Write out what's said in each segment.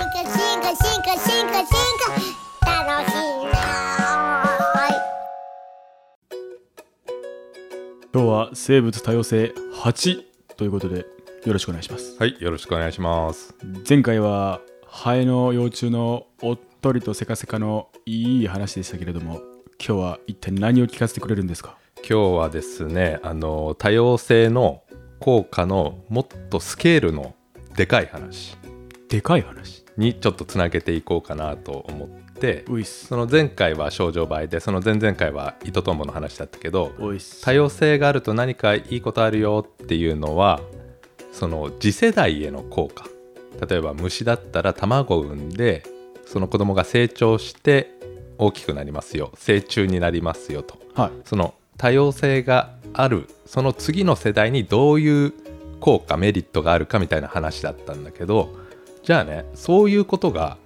化進化進化進化楽しいな今日は生物多様性8ということでよろしくお願いしますはい、よろしくお願いします。前回はハエの幼虫のおっとりとせかせかのいい話でしたけれども今日は一体何を聞かせてくれるんですか今日はですね、あの多様性の効果のもっとスケールのでかい話でかい話にちょっとつなげていこうかなと思って、ウイスその前回は症状倍で、その前々回は糸とんぼの話だったけど、ウイス多様性があると何かいいことあるよっていうのはその次世代への効果例えば虫だったら卵を産んでその子供が成長して大きくなりますよ成虫になりますよとはいその多様性があるその次の世代にどういう効果メリットがあるかみたいな話だったんだけどじゃあねそういうことが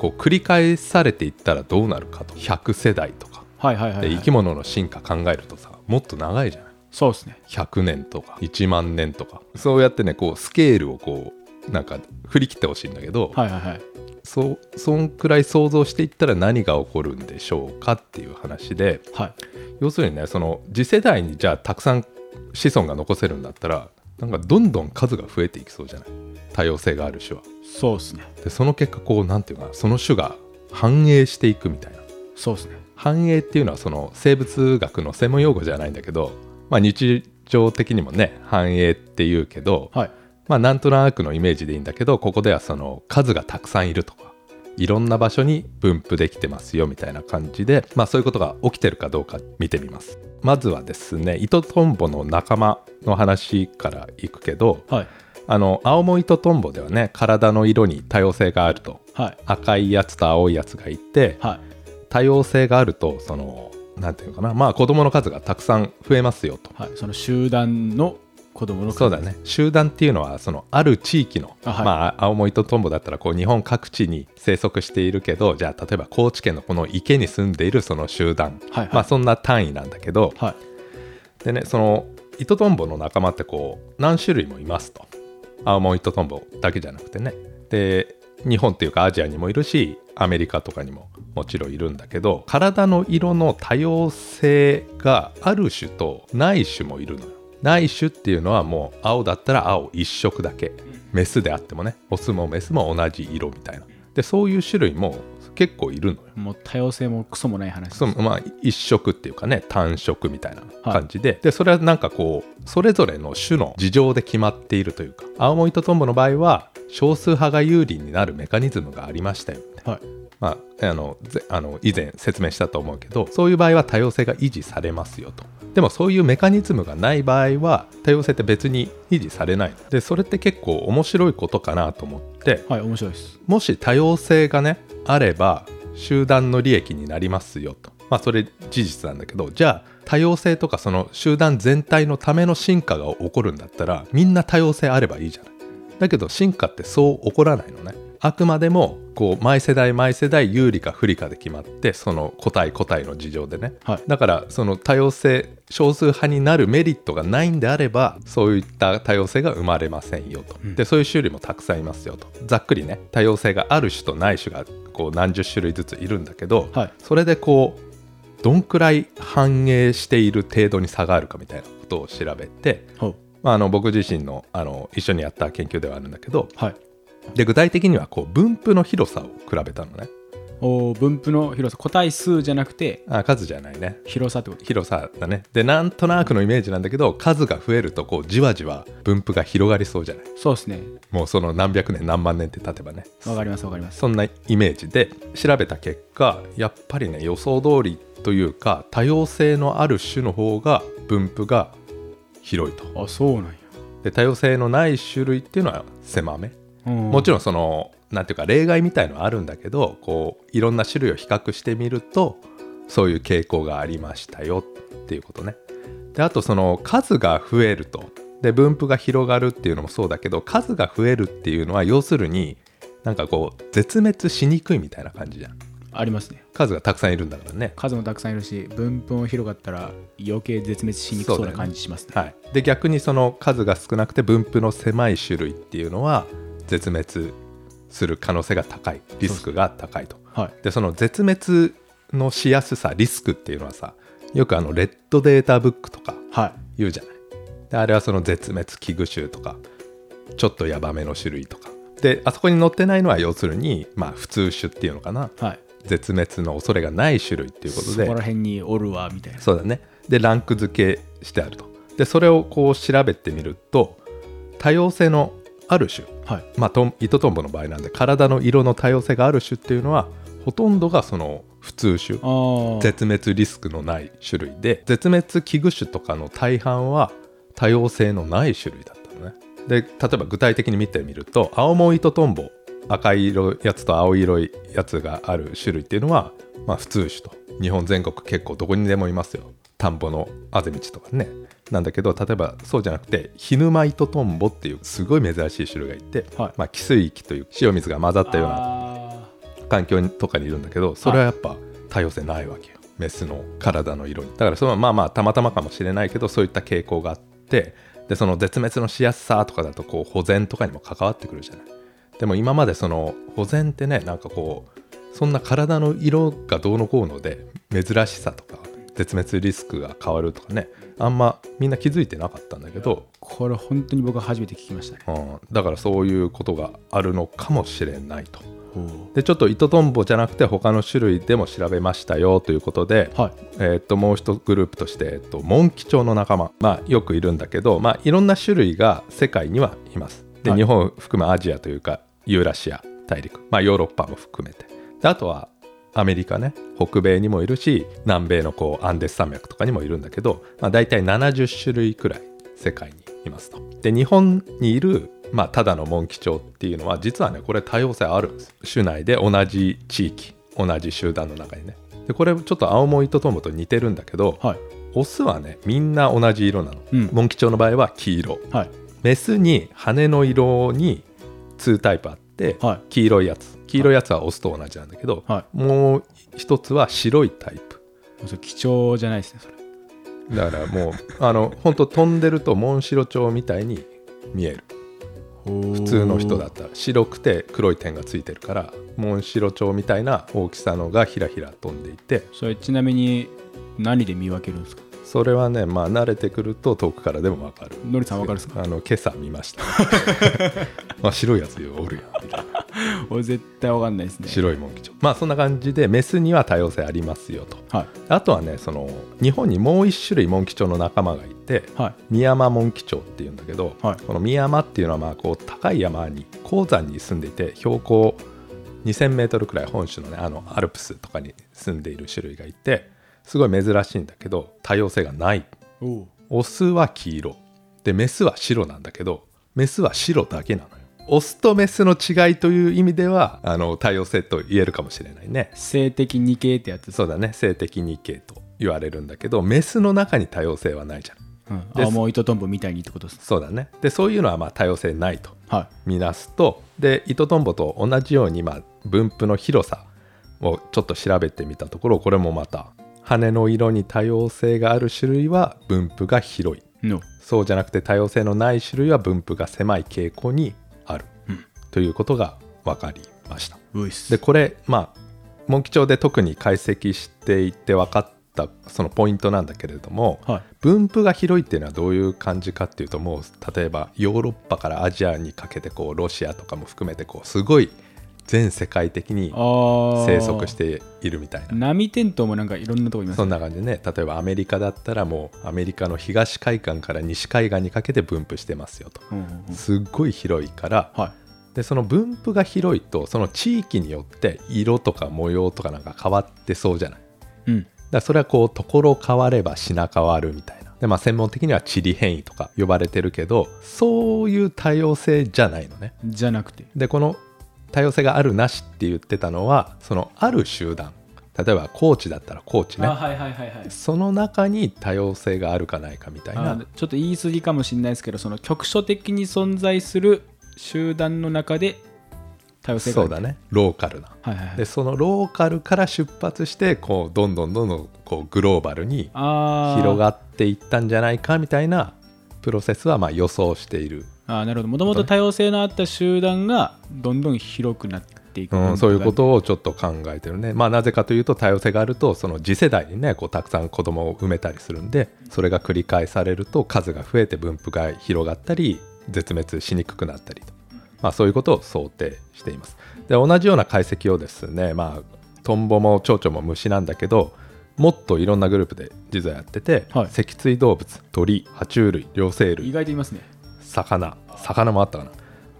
こう繰り返されていったらどうなるかと100世代とかはいはいはい、はいで生き物の進化考えるとさもっと長いじゃないそうですね100年とか1万年とかそうやってねこうスケールをこうなんか振り切ってほしいんだけど、はいはいはいそうそんくらい想像していったら何が起こるんでしょうかっていう話ではい要するにねその次世代にじゃあたくさん子孫が残せるんだったらなんかどんどん数が増えていきそうじゃない多様性がある種は。そうですねでその結果こうなんていうかなその種が繁栄していくみたいな。そうですね繁栄っていうのはその生物学の専門用語じゃないんだけど、まあ、日常的にもね繁栄っていうけど、はいまあ、なんとなくのイメージでいいんだけどここではその数がたくさんいるとかいろんな場所に分布できてますよみたいな感じで、まあ、そういうことが起きてるかどうか見てみますまずはですねイトトンボの仲間の話からいくけどはいあの青モイトトンボではね体の色に多様性があるとはい赤いやつと青いやつがいてはい多様性があるとそのなんていうのかなまあ子供の数がたくさん増えますよとはいその集団の子供の数そうだね集団っていうのはそのある地域のあはいまあ青森とトンボだったらこう日本各地に生息しているけどじゃあ例えば高知県のこの池に住んでいるその集団、はいはいまあそんな単位なんだけどはいでねそのイトトンボの仲間ってこう何種類もいますと青森とトンボだけじゃなくてねで日本っていうかアジアにもいるしアメリカとかにももちろんいるんだけど体の色の多様性がある種とない種もいるのよない種っていうのはもう青だったら青一色だけメスであってもねオスもメスも同じ色みたいなでそういう種類も結構いるのよもう多様性もクソもない話ですそうまあ一色っていうかね単色みたいな感じで、でそれはなんかこうそれぞれの種の事情で決まっているというか青森とトンボの場合は少数派が有利になるメカニズムがありましたよみたいなはいまあ、あのぜあの以前説明したと思うけどそういう場合は多様性が維持されますよとでもそういうメカニズムがない場合は多様性って別に維持されないでそれって結構面白いことかなと思ってはい面白いですもし多様性がねあれば集団の利益になりますよとまあそれ事実なんだけどじゃあ多様性とかその集団全体のための進化が起こるんだったらみんな多様性あればいいじゃないだけど進化ってそう起こらないのねあくまでもこう毎世代毎世代有利か不利かで決まってその個体個体の事情でねはいだからその多様性少数派になるメリットがないんであればそういった多様性が生まれませんよと、うんでそういう種類もたくさんいますよとざっくりね多様性がある種とない種がこう何十種類ずついるんだけど、はいそれでこうどんくらい反映している程度に差があるかみたいなことを調べて、ほうまあ、あの僕自身のあの一緒にやった研究ではあるんだけどはいで具体的にはこう分布の広さを比べたのねおー分布の広さ個体数じゃなくてあ数じゃないね広さってこと広さだねでなんとなくのイメージなんだけど数が増えるとこうじわじわ分布が広がりそうじゃないそうですねもうその何百年何万年って経てばねわかりますわかりますそんなイメージで調べた結果やっぱりね予想通りというか多様性のある種の方が分布が広いとあそうなんやで多様性のない種類っていうのは狭めももちろんそのなんていうか例外みたいのはあるんだけどこういろんな種類を比較してみるとそういう傾向がありましたよっていうことね。であとその数が増えるとで分布が広がるっていうのもそうだけど数が増えるっていうのは要するになんかこう絶滅しにくいみたいな感じじゃん。ありますね数がたくさんいるんだからね。数もたくさんいるし分布も広がったら余計絶滅しにくそうそうだなよね感じしますねはい、で逆にその数が少なくて分布の狭い種類っていうのは絶滅する可能性が高いリスクが高いとはいでその絶滅のしやすさリスクっていうのはさよくあのレッドデータブックとかはい言うじゃないであれはその絶滅危惧種とかちょっとヤバめの種類とかであそこに載ってないのは要するにまあ普通種っていうのかなはい絶滅の恐れがない種類っていうことそでこら辺におるわみたいなそうだねでランク付けしてあるとでそれをこう調べてみると多様性のある種はいまあ、トンイトトンボの場合なんで体の色の多様性がある種っていうのはほとんどがその普通種あー絶滅リスクのない種類で絶滅危惧種とかの大半は多様性のない種類だったのねで例えば具体的に見てみると青モイトトンボ赤い色いやつと青色いやつがある種類っていうのは、まあ、普通種と日本全国結構どこにでもいますよ田んぼのあぜ道とかねなんだけど例えばそうじゃなくてヒヌマイトトンボっていうすごい珍しい種類がいて、はいまあ、汽水域という塩水が混ざったようなあ環境とかにいるんだけどそれはやっぱ多様性ないわけよメスの体の色にだからそれはまあまあたまたまかもしれないけどそういった傾向があってでその絶滅のしやすさとかだとこう保全とかにも関わってくるじゃないでも今までその保全ってねなんかこうそんな体の色がどうのこうので珍しさとか絶滅リスクが変わるとかねあんまみんな気づいてなかったんだけど、ーこれ本当に僕は初めて聞きましたねうん、だからそういうことがあるのかもしれないと。ほうでちょっとイトトンボじゃなくて他の種類でも調べましたよということで、はいえーっともう一グループとして、えっとモンキチョウの仲間、まあ、よくいるんだけど、まあ、いろんな種類が世界にはいますで、はい日本を含めアジアというかユーラシア大陸、まあ、ヨーロッパも含めてであとはアメリカね北米にもいるし南米のこうアンデス山脈とかにもいるんだけど、まあ、大体70種類くらい世界にいますとで日本にいる、まあ、ただのモンキチョウっていうのは実はねこれ多様性あるんです種内で同じ地域同じ集団の中にねでこれちょっと青モイトトンボと似てるんだけど、はいオスはねみんな同じ色なの、うんモンキチョウの場合は黄色はいメスに羽の色に2タイプあって、はい黄色いやつ黄色いやつはオスと同じなんだけど、はもう一つは白いタイプいそれ貴重じゃないですねそれだからもう あの本当飛んでるとモンシロチョウみたいに見える普普通の人だったら白くて黒い点がついてるからモンシロチョウみたいな大きさのがひらひら飛んでいてそれちなみに何で見分けるんですかそれはねまあ慣れてくると遠くからでもわかるのりさんわかるんですかあの今朝見ました あ白いやつおるやんみたいな俺絶対わかんないですね白いモンキチョウまあそんな感じでメスには多様性ありますよとはあとはねその日本にもう一種類モンキチョウの仲間がいていはいミヤマモンキチョウっていうんだけど、はいこのミヤマっていうのはまあこう高い山に高山に住んでいて標高2000メートルくらい本州のねあのアルプスとかに住んでいる種類がいてすごい珍しいんだけど多様性がないおおオスは黄色でメスは白なんだけどメスは白だけなのよオスとメスの違いという意味ではあの多様性と言えるかもしれないね性的二系ってやつです、そうだね性的二系と言われるんだけどメスの中に多様性はないじゃんうん、です青もう糸とんぼみたいにってことですねそうだねでそういうのはまあ多様性ないとはみなすとでイトトンボと同じようにまあ分布の広さをちょっと調べてみたところこれもまた羽の色に多様性がある種類は分布が広いいのそうじゃなくて多様性のない種類は分布が狭い傾向にある、ということが分かりましたウイスでこれまあモンキチョウで特に解析していって分かったそのポイントなんだけれども、はい分布が広いっていうのはどういう感じかっていうともう例えばヨーロッパからアジアにかけてこうロシアとかも含めてこうすごい全世界的に生生息しているみたいな波テントもなんかいろんなとこいます そねんな感じでね例えばアメリカだったらもうアメリカの東海岸から西海岸にかけて分布してますよとうんうんうんすっごい広いからはでその分布が広いとその地域によって色とか模様とかなんか変わってそうじゃないだかいうんらそれはこうところ変われば品変わるみたいなで、まあ、専門的には地理変異とか呼ばれてるけどそういう多様性じゃないのねじゃなくてでこの多様性があるなしって言ってたのはそのある集団例えば高知だったら高知ねはいはいはいはいその中に多様性があるかないかみたいなちょっと言い過ぎかもしれないですけどその局所的に存在する集団の中で多様性がそあうるだねローカルなはいはいはでいそのローカルから出発してこうどんどんどんどんこうグローバルにああ広っがっていったんじゃないかみたいなプロセスはまあ予想しているああなるほどもともと多様性のあった集団がどんどん広くなっていく、うん、そういうことをちょっと考えてるね、まあ、なぜかというと多様性があるとその次世代にねこうたくさん子供を埋めたりするんでそれが繰り返されると数が増えて分布が広がったり絶滅しにくくなったりと、まあ、そういうことを想定していますで同じような解析をですね、まあ、トンボも蝶々も虫なんだけどもっといろんなグループで実はやってて、はい脊椎動物鳥爬虫類両生類意外といますね魚魚もあったかな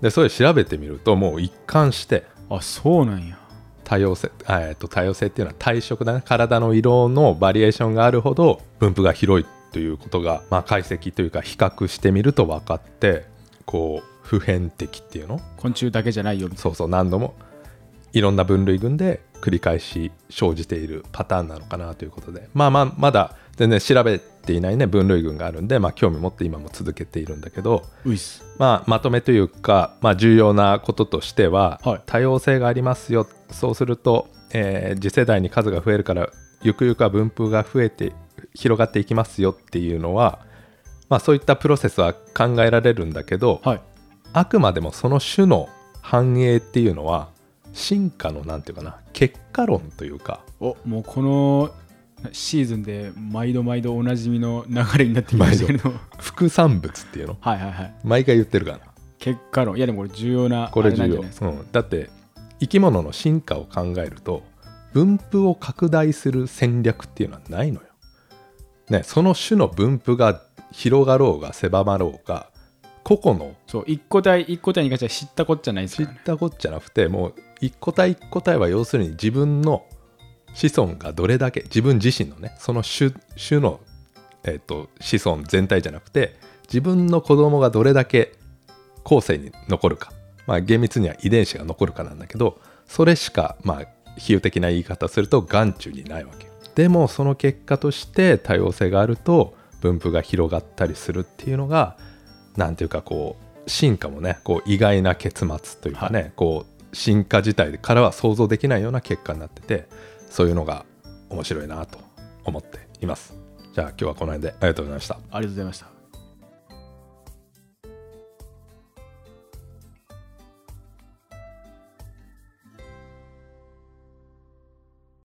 でそれ調べてみるともう一貫してあそうなんや多様性あえっと多様性っていうのは体色だね体の色のバリエーションがあるほど分布が広いということが、まあ、解析というか比較してみると分かってこう普遍的っていうの昆虫だけじゃないよみたいそうそう何度もいろんな分類群で繰り返し生じているパターンなのかなということでまあまあまだ全然調べていないね分類群があるんで、まあ、興味持って今も続けているんだけど、なういっすまあ、まとめというか、まあ、重要なこととしては、はい多様性がありますよそうすると、えー次世代に数が増えるからゆくゆくは分布が増えて広がっていきますよっていうのは、まあ、そういったプロセスは考えられるんだけど、はいあくまでもその種の繁栄っていうのは進化のなんていうかな結果論というかおもうこのシーズンで毎度毎度おなじみの流れになってきましたけれども副産物っていうの はいはいはい毎回言ってるからな結果論いやでもこれ重要なこれ重あなんじ要ゃないですかうん、だって生き物の進化を考えると分布を拡大する戦略っていうのはないのよ。ねその種の分布が広がろうが狭まろうが個々のそう一個体一個体に関しては知ったこっちゃないですか知っらねたこっちゃなくてもう一個体一個体は要するに自分の子孫がどれだけ自分自身のねその種種の、えっと子孫全体じゃなくて自分の子供がどれだけ後世に残るか、まあ、厳密には遺伝子が残るかなんだけどそれしかまあ比喩的な言い方すると眼中にないわけでもその結果として多様性があると分布が広がったりするっていうのがなんていうかこう進化もねこう意外な結末というかね、こう進化自体からは想像できないような結果になっててそういうのが面白いなと思っていますじゃあ今日はこの辺でありがとうございましたありがとうございました